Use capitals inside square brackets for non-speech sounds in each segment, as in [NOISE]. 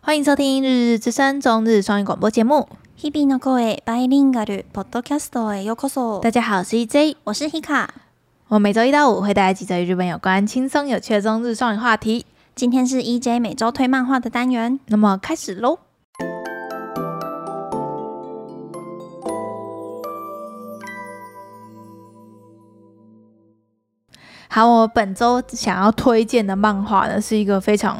欢迎收听《日日之声》中日双语广播节目。日々の声バイリンガルポッドキャストへようこそ大。家好，我是 EJ，我是 Hika，我每周一到五会带来几则与日本有关、轻松有趣的中日双语话题。今天是 EJ 每周推漫画的单元。那么开始喽！好，我本周想要推荐的漫画呢，是一个非常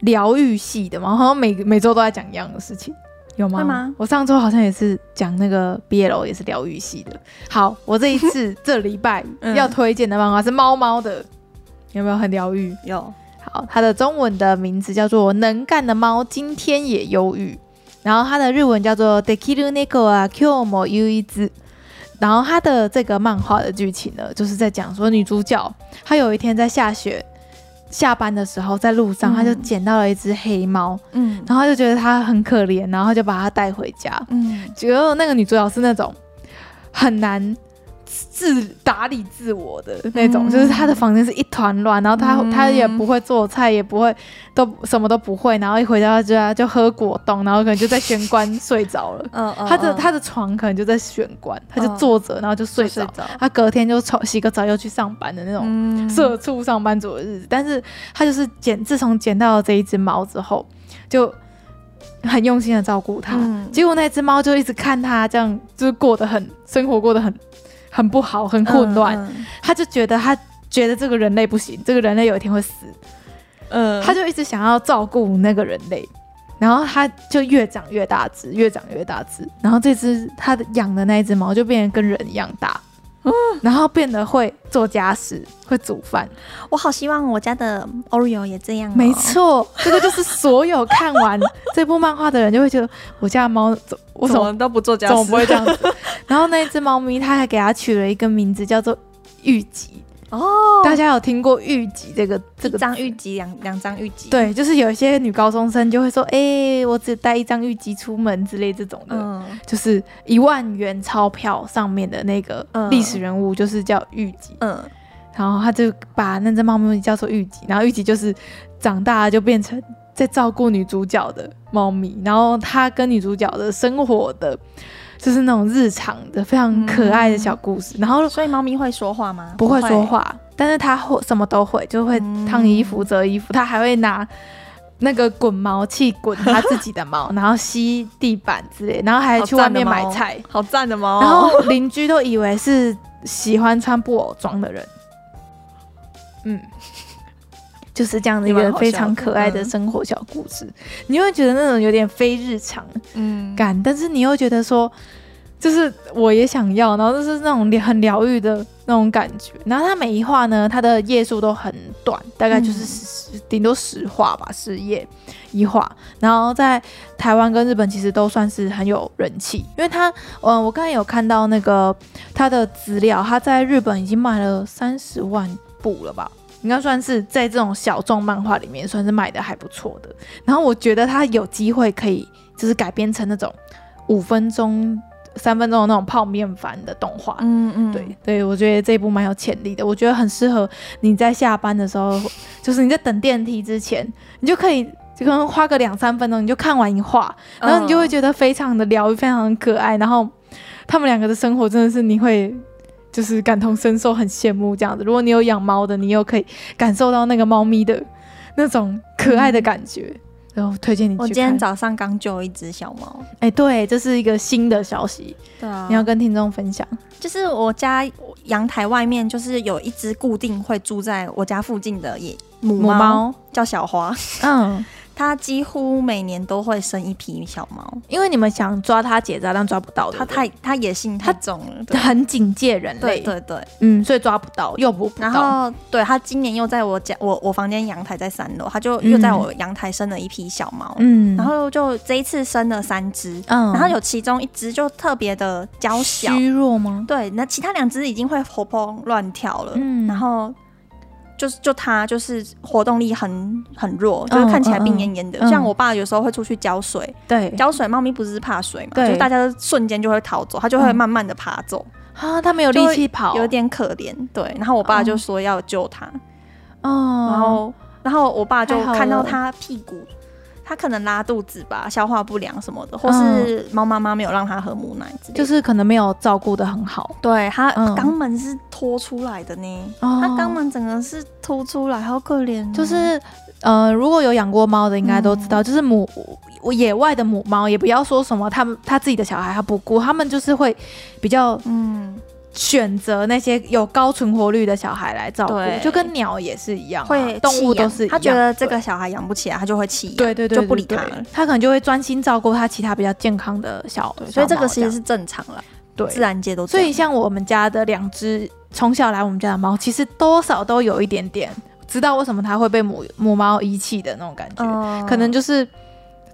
疗愈系的嘛，好像每每周都在讲一样的事情，有吗？会吗我上周好像也是讲那个 BL 也是疗愈系的。好，我这一 [LAUGHS] 次这礼拜嗯要推荐的漫画是猫猫的，有没有很疗愈？有，好，它的中文的名字叫做《能干的猫今天也忧郁》，然后它的日文叫做《Dekiru Neko wa Kyo mo y u i z 然后它的这个漫画的剧情呢，就是在讲说女主角她有一天在下雪下班的时候，在路上嗯她就捡到了一只黑猫，嗯然后她就觉得它很可怜，然后就把它带回家。嗯，结果那个女主角是那种很难自打理自我的那种，嗯就是她的房间是一团乱，然后她、嗯她也不会做菜，也不会都什么都不会，然后一回到家就喝果冻，然后可能就在玄关睡着 [LAUGHS] 了。呃她的她的床可能就在玄关，她就嗯坐着，然后就睡着。着，她隔天就冲洗个澡又去上班的那种嗯社畜上班族的日子，但是他就是捡，自从捡到了这一只猫之后，就很用心的照顾它。嗯结果那只猫就一直看它这样，就是过得很生活过得很很不好，很混乱。，嗯他就觉得他觉得这个人类不行，这个人类有一天会死，嗯他就一直想要照顾那个人类。然后他就越长越大只，越长越大只。然后这只他的养的那一只猫就变得跟人一样大，嗯然后变得会做家事，会煮饭，我好希望我家的 Oreo 也这样哦。没错，这个就是所有看完这部漫画的人就会觉得，我家的猫怎我怎么都不做家怎么不会这样子？ [LAUGHS] 然后那一只猫咪，它还给它取了一个名字叫做玉吉。哦，大家有听过玉吉这个这一个张玉吉，两两张玉吉，，对，就是有一些女高中生就会说，哎、我只带一张玉吉出门之类这种的。嗯就是一万元钞票上面的那个嗯历史人物，就是叫玉吉。嗯然后他就把那只猫咪叫做玉吉，然后玉吉就是长大了就变成在照顾女主角的猫咪，然后他跟女主角的生活的，就是那种日常的非常可爱的小故事，然后所以猫咪会说话吗？不会说，话，但是他会什么都会，就会嗯烫衣服、折衣服，他还会拿。那个滚毛器滚他自己的毛，然后吸地板之类，然后还去好外赞的面买猫菜，好赞的猫然后邻居都以为是喜欢穿布偶装的人。嗯，就是这样的一也个蛮好非常笑的可爱的嗯生活小故事，你会觉得那种有点非日常嗯，感，但是你又觉得说，就是我也想要，然后就是那种很疗愈的那种感觉。然后它每一话呢，它的页数都很短，大概就是嗯十顶多十话吧，十页一话。然后在台湾跟日本其实都算是很有人气，因为它，嗯、我刚才有看到那个它的资料，它在日本已经卖了三十万部了吧。应该算是在这种小众漫画里面算是卖的还不错的，然后我觉得它有机会可以就是改编成那种五分钟、三分钟的那种泡面番的动画。嗯嗯，对对，我觉得这一部蛮有潜力的，我觉得很适合你在下班的时候，就是你在等电梯之前，你就可以就可能花个两三分钟，你就看完一画，嗯，然后你就会觉得非常的疗愈，非常的可爱。然后他们两个的生活真的是你会就是感同身受，很羡慕这样子。如果你有养猫的，你又可以感受到那个猫咪的那种可爱的感觉。然后推荐你去看。我今天早上刚救一只小猫，哎、对，这是一个新的消息，对啊你要跟听众分享。就是我家阳台外面就是有一只固定会住在我家附近的野母母猫，猫，叫小花，嗯，它几乎每年都会生一批小猫，因为你们想抓它结扎，但抓不到，它对太它野性太重了，不对对很警戒人类，对对对。嗯，所以抓不到，诱捕不然到。后对它今年又在我家我我房间阳台在三楼，它就又在我阳台生了一批小猫，嗯，然后就这一次生了三只，嗯，然后有其中一只就特别的娇小，虚弱吗？对，那其他两只已经会活蹦乱跳了，嗯然后就是就它就是活动力很很弱，就嗯是看起来嗯病恹恹的。嗯像我爸有时候会出去浇水，对，浇水猫咪不是怕水嘛，对就是大家都瞬间就会逃走，它就会嗯慢慢的爬走，啊，他没有力气跑，有点可怜。对，然后我爸就说要救它，哦，然后然后我爸就太好了看到它屁股。他可能拉肚子吧，消化不良什么的，或是猫妈妈没有让他喝母奶之嗯类的就是可能没有照顾的很好。对他嗯肛门是拖出来的呢，哦他肛门整个是凸出来，好可怜哦、就是呃，如果有养过猫的，应该都知道，就是母野外的母猫，也不要说什么他们他自己的小孩他不顾，他们就是会比较嗯，选择那些有高存活率的小孩来照顾对，就跟鸟也是一样啊、会动物弃都养是一样他觉得这个小孩养不起来，他就会弃养，对对对就不理对他对了。他可能就会专心照顾他其他比较健康的小，对，小所以这个猫其实是正常了，对自然界都这所样以像我们家的两只从小来我们家的猫，其实多少都有一点点知道为什么它会被母母猫遗弃的那种感觉，嗯可能就是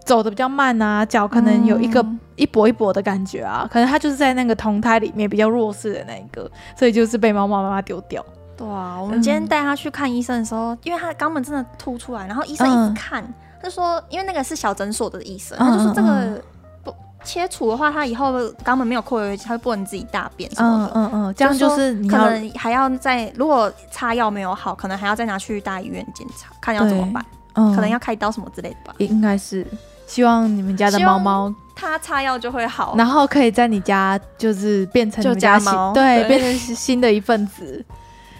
走的比较慢啊，脚可能有一个嗯一跛一跛的感觉啊，可能它就是在那个童胎里面比较弱势的那一个，所以就是被猫猫妈妈丢掉。对啊，我们今天嗯带他去看医生的时候，因为他的肛门真的凸出来，然后医生嗯一直看，他就说，因为那个是小诊所的医生，嗯他就说这嗯个不切除的话，他以后肛门没有括约肌，他就不能自己大便什嗯么的。嗯嗯，这样就是你可要能还要再，如果擦药没有好，可能还要再拿去大医院检查，看要怎么办，嗯可能要开刀什么之类的吧。应该是希望你们家的希猫望猫他擦药就会好。然后可以在你家就是变成你就们家家猫新对，对变成新新的一份子。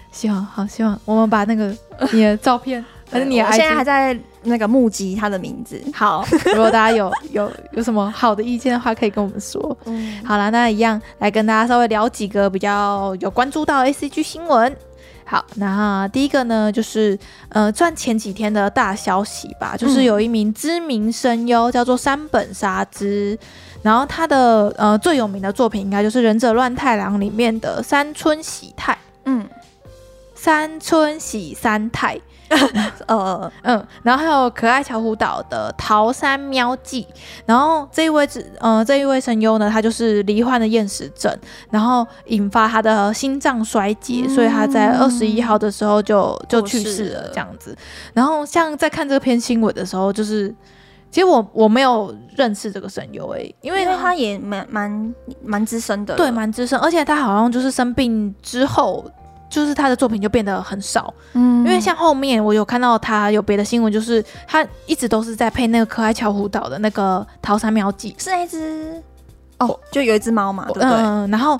希望好，希望我们把那个你的照 [LAUGHS] 片还对是你的我现在还 IG。在那个募集他的名字。好，如果大家有有有什么好的意见的话，可以跟我们说。 [LAUGHS] 嗯，好啦，那一样来跟大家稍微聊几个比较有关注到 A C G 新闻。好，那第一个呢，就是呃，算前几天的大消息吧，就是嗯有一名知名声优叫做山本沙织，然后他的呃最有名的作品应该就是《忍者乱太郎》里面的山村喜太，嗯，山村喜三太，呃，嗯，然后还有可爱巧虎岛的桃山喵记，然后这一位之呃这一位声优呢，他就是罹患了厌食症，然后引发他的心脏衰竭，所以他在嗯二十一号的时候就就过去世世了了这样子。然后像在看这篇新闻的时候，就是其实我我没有认识这个声优诶，因因为为他也蛮蛮蛮资深的，对？蛮资深，而且他好像就是生病之后。就是他的作品就变得很少，嗯因为像后面我有看到他有别的新闻，就是他一直都是在配那个可爱巧虎岛的那个桃山苗记，是那一只哦，就有一只猫嘛，对不对？嗯，然后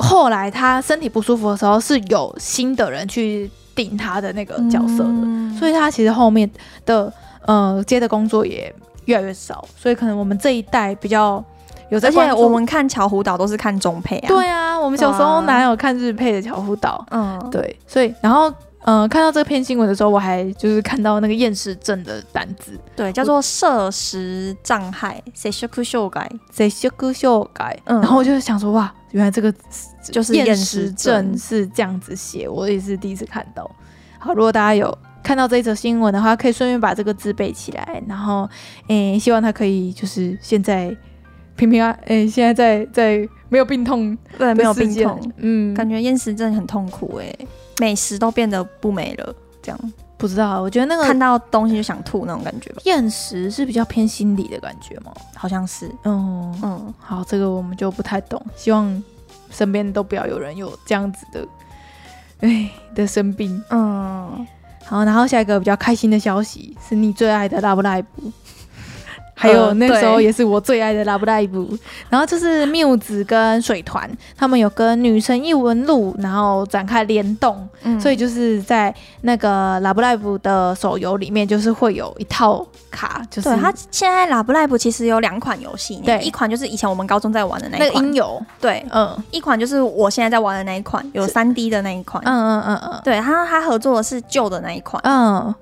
后来他身体不舒服的时候，是有新的人去顶他的那个角色的，嗯所以他其实后面的呃接的工作也越来越少，所以可能我们这一代比较有在而关且注我们看巧虎岛都是看中配啊，，对啊，我们小时对候啊哪有看日配的巧虎岛？嗯，对，所以然后呃看到这篇新闻的时候，我还就是看到那个厌食症的单子。对，叫做摄食障碍 s e x u a l障谁修歌修改，嗯然后我就想说哇，原来这个就是厌厌食食症症是这样子写，我也是第一次看到。好，如果大家有看到这一则新闻的话，可以顺便把这个字背起来，然后诶、希望他可以就是现在平平安，诶、现在在在没有病痛，对，没有病痛，，嗯，感觉厌食症很痛苦哎、美食都变得不美了，这样不知道，我觉得那个看到东西就想吐那种感觉吧，厌食是比较偏心理的感觉嘛，好像是，嗯，嗯，好，这个我们就不太懂，希望身边都不要有人有这样子的，哎的生病。嗯，好，然后下一个比较开心的消息是你最爱的 Love [LAUGHS] Live，还有呃那时候对也是我最爱的 Love Live，然后就是缪子跟水团他们有跟女神异闻录，然后展开联动，嗯所以就是在那个 Love Live 的手游里面，就是会有一套卡，就是对，它现在 Lab Lab 其实有两款游戏呢，对一款就是以前我们高中在玩的那那一个款，音游，对，嗯一款就是我现在在玩的那一款，有是三 D 的那一款，嗯嗯嗯嗯对，它它合作的是旧的那一款，嗯。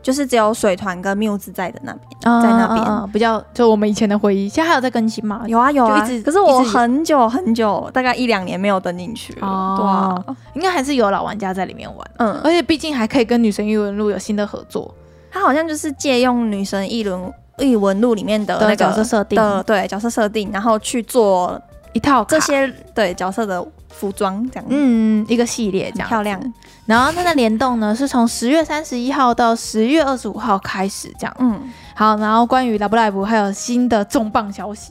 就是只有水团跟缪子在的那边。在那边啊比较就我们以前的回忆。现在还有在更新吗？有啊有啊，就一直可是我一直有很久很久，大概一两年没有登进去了。哦哎对啊，应该还是有老玩家在里面玩，嗯，而且毕竟还可以跟女神异闻录有新的合作它好像就是借用《女神异闻异闻录》里面的那个角色设定的对角色设定，然后去做一套卡这，些对角色的服装这样，嗯，嗯，一个系列这样漂亮子。，然后它的联动呢，是从十月三十一号到十月二十五号开始这样。嗯，好，然后关于 Love Live 还有新的重磅消息，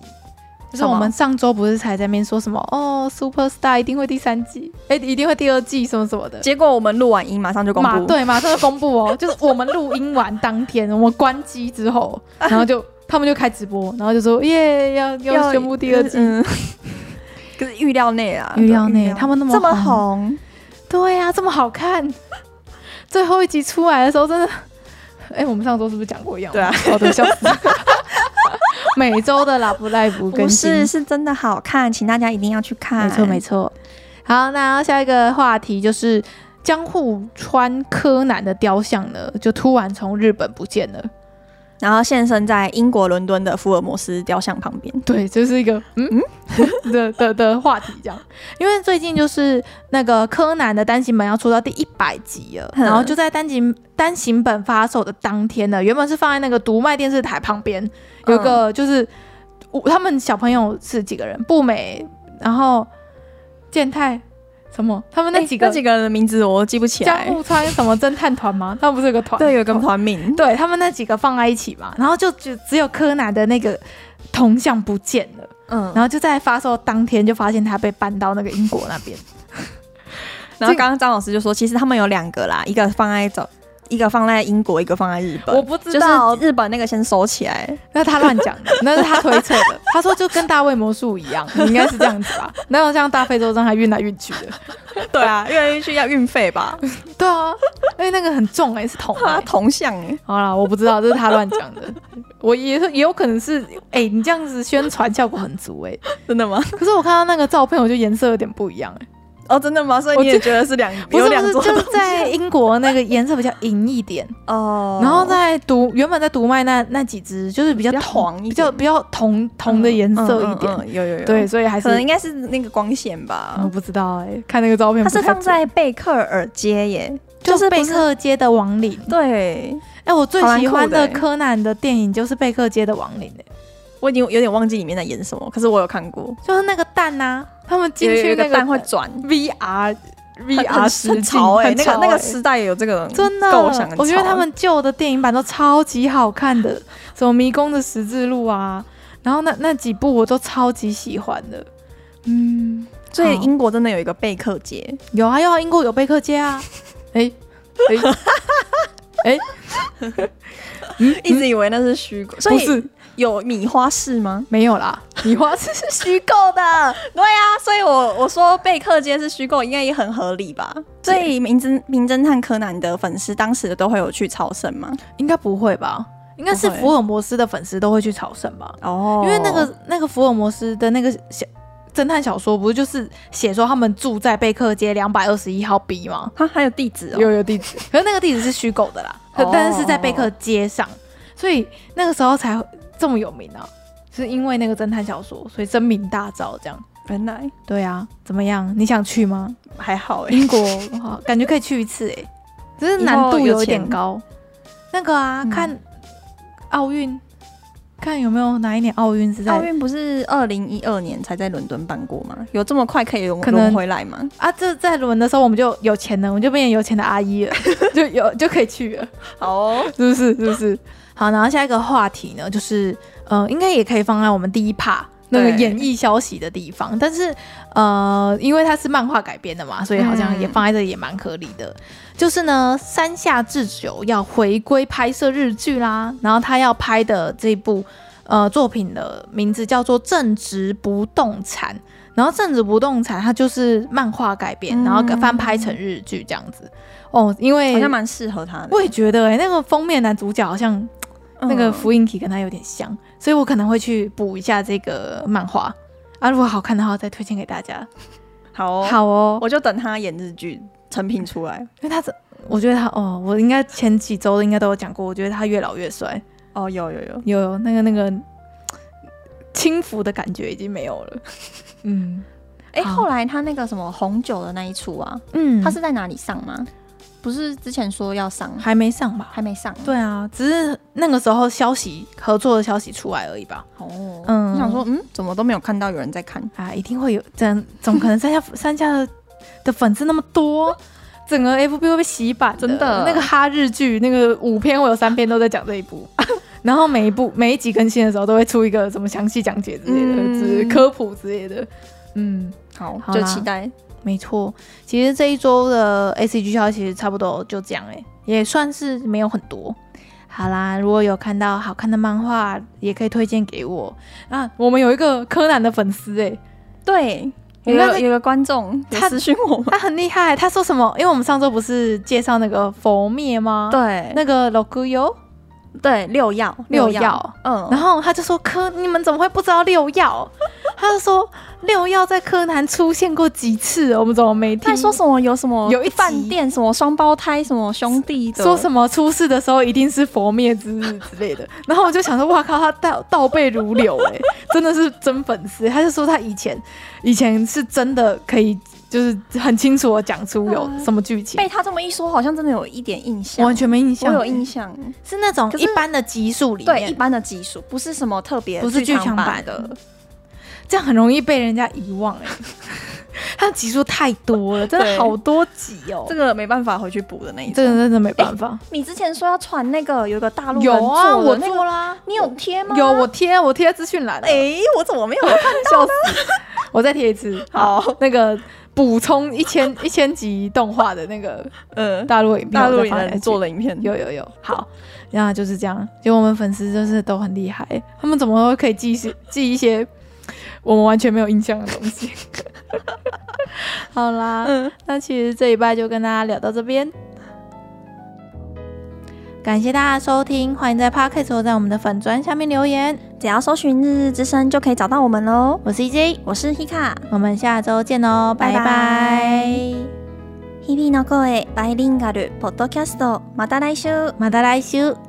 就是我们上周不是才在那边说什么哦，Super Star 一定会第三季，哎，一定会第二季什么什么的。结果我们录完音马上就公马布，对，马上就公布哦，就是我们录音完当天，我们关机之后，然后就 [LAUGHS] 他们就开直播，然后就说耶，要要宣布第二季。嗯， [LAUGHS] 可是预料内啊，预料内他们那么这么红红，对呀、这么好看，最后一集出来的时候真的， [LAUGHS] 哎，我们上周是不是讲过一样？对啊，我都笑 [LAUGHS] 死。每周的拉布赖不更不新，是是真的好看，请大家一定要去看，没错没错。好，那下一个话题就是江户川柯南的雕像呢，就突然从日本不见了。然后现身在英国伦敦的福尔摩斯雕像旁边，对，就是一个嗯 [LAUGHS] 的的的话题这样。因为最近就是那个柯南的单行本要出到第一百集了，嗯然后就在单行单行本发售的当天呢，原本是放在那个读卖电视台旁边，有嗯个就是、我他们小朋友是几个人，步美，然后健太什么，他们那几个、哎那几个人的名字我记不起江来，户哦川什么侦探团吗？他们不是有个团？对，有个团名，对他们那几个放在一起嘛，然后就只只有柯南的那个铜像不见了，嗯，然后就在发售当天就发现他被搬到那个英国那 [LAUGHS] 边。然后刚刚张老师就说，其实他们有两个啦，一个放在早，一个放在英国，一个放在日本，我不知就是道，日本那个先收起来，那他乱讲的，那是他推测的。他说就跟大卫魔术一 [LAUGHS] 样，应该是这样子吧？哪有像大非洲让他运来运去的？对啊，越来越去要运费吧， [LAUGHS] 对啊，而且那个很重哎、是铜、他欸。铜像哎，好啦，我不知道，这是他乱 [LAUGHS] 讲的。我也是，也有可能是，哎、你这样子宣传效果很足哎、真的吗？可是我看到那个照片，我觉得颜色有点不一样哎、哦，真的吗？所以我你也觉得是两不有是两不是，座啊就是的在英国那个颜色比较银一点，哦，然后在读原本在读卖那那几只就是比较比较铜黄一比较点比较铜铜的颜色一点，嗯嗯嗯有有有，对，，所以还是可能应该是那个光线吧我，不知道哎、看那个照片它不太是准，放在贝克尔街耶，就是不贝克街的亡灵。对，哎、我最好蛮喜酷欢的的欸柯南的电影就是贝克街的亡灵哎、我已经有点忘记里面在演什么，可是我有看过，就是那个蛋呐、他们进有有去一那个个蛋会啊转 VR 很 VR 实很境潮哎，那潮个那个欸时代有这个真的，构想很潮，我觉得他们旧的电影版都超级好看的，什么《迷宫的十字路》啊，然后那那几部我都超级喜欢的。嗯，所以好英国真的有一个贝克街，有啊，有啊，英国有贝克街啊，哎、 [LAUGHS] 哎、哎、嗯， [LAUGHS] 一直以为那是虚构，所不以是有米花市吗？没有啦， [LAUGHS] 米花市是虚构的，对啊，所以我我说贝克街是虚构，应该也很合理吧？所以名侦名侦探柯南的粉丝当时都会有去朝圣吗？应该不会吧？应该是不会福尔摩斯的粉丝都会去朝圣吧？哦因为那个那个福尔摩斯的那个小侦探小说，不是就是写说他们住在贝克街两百二十一号 B 吗？它还有地址哦，有有地址，可是那个地址是虚构的啦，可哦但是是在贝克街上，所以那个时候才这么有名啊，是因为那个侦探小说，所以声名大噪这样。原来对啊，怎么样？你想去吗？还好哎、英国哇感觉可以去一次哎、只是难度有一点高。那个啊，嗯看奥运，看有没有哪一年奥运是奥在运不是二零一二年才在伦敦办过吗？有这么快可以融可能融回来吗？啊？这在轮的时候我们就有钱了，我们就变成有钱的阿姨了， [LAUGHS] 就有就可以去了。好、哦， [LAUGHS] 是不是？是不是？好，然后下一个话题呢，就是呃，应该也可以放在我们第一 part 那个对演绎消息的地方，但是呃，因为它是漫画改编的嘛，所以好像嗯也放在这里也蛮合理的。就是呢，山下智久要回归拍摄日剧啦，然后他要拍的这部呃作品的名字叫做《正直不动产》。然后《正直不动产》它就是漫画改编，然后嗯翻拍成日剧这样子。哦，因为好像蛮适合他的。我也觉得哎、那个封面男主角好像嗯那个福音体跟他有点像，所以我可能会去补一下这个漫画啊。如果好看的话，再推荐给大家。好、哦、，好哦，我就等他演日剧成品出来。因为他这，我觉得他哦，我应该前几周应该都有讲过，我觉得他越老越帅，哦，有有有，有有那个那个轻浮的感觉已经没有了。嗯哎、好后来他那个什么红酒的那一出啊， [LAUGHS] 嗯，他是在哪里上吗？不是之前说要上，还没上吧？还没上。对啊，只是那个时候消息合作的消息出来而已吧。哦，嗯嗯，我想说，嗯，怎么都没有看到有人在看，啊，一定会有，怎总可能山下 [LAUGHS] 山下的的粉丝那么多，整个 FB 会被洗版真的那个哈日剧，那个五篇我有三篇都在讲这一部， [LAUGHS] 然后每一部每一集更新的时候都会出一个什么详细讲解之类的，嗯之科普之类的。嗯，好好啦就期待。没错。其实这一周的 A C G 消息差不多就这样哎、也算是没有很多。好啦，如果有看到好看的漫画，也可以推荐给我啊。我们有一个柯南的粉丝哎、对，我有们个有个观众有他私讯我们， [LAUGHS] 他很厉害，他说什么？因为我们上周不是介绍那个佛灭吗？，对那个 Loguyo，对六曜六曜，嗯，然后他就说柯，你们怎么会不知道六 [LAUGHS] 曜？他就说六曜在柯南出现过几次，我们怎么没听？他说什么有什么有一集饭店什么双胞胎什么兄弟的，说什么出事的时候一定是佛灭之日之类 [LAUGHS] 的，然后我就想说，哇靠，他倒倒背如流哎、真的是真粉丝。他就说他以前以前是真的可以，就是很清楚的讲出有什么剧情嗯被，他这么一说，好像真的有一点印我象完。全没印我象，有印象，是那种可是一般的集数里对一面，般的集数，不是什么特别，不是剧剧场版版的的，这样很容易被人家遗忘哎、 [LAUGHS] 他的集数太多了，真的对好多集哦、这个没办法回去补的那一这个种。真的没办法。你之前说要传那个有一个大陆人有啊，做的我那个做啦，你有贴吗？有我贴我贴资讯栏了， [LAUGHS] 哎、我怎么没有看到呢？我再贴一次。好，那个补充一千一千集动画的那个 [LAUGHS] 嗯，大陆影片，大陆我再也放下能去做的影片，有有有，好，然后就是这样。结果我们粉丝就是都很厉害，他们怎么会可以记一些记一些我们完全没有印象的东西？ [LAUGHS] 好啦，嗯，那其实这一拜就跟大家聊到这边。感谢大家收听，欢迎在 Podcast 或在我们的粉砖下面留言。只要搜寻“日日之声”就可以找到我们喽。我是 EJ，我是 Hika 我们下周见哦，拜拜拜拜日々の声バイリンガルポッドキャストまた来週。また来週。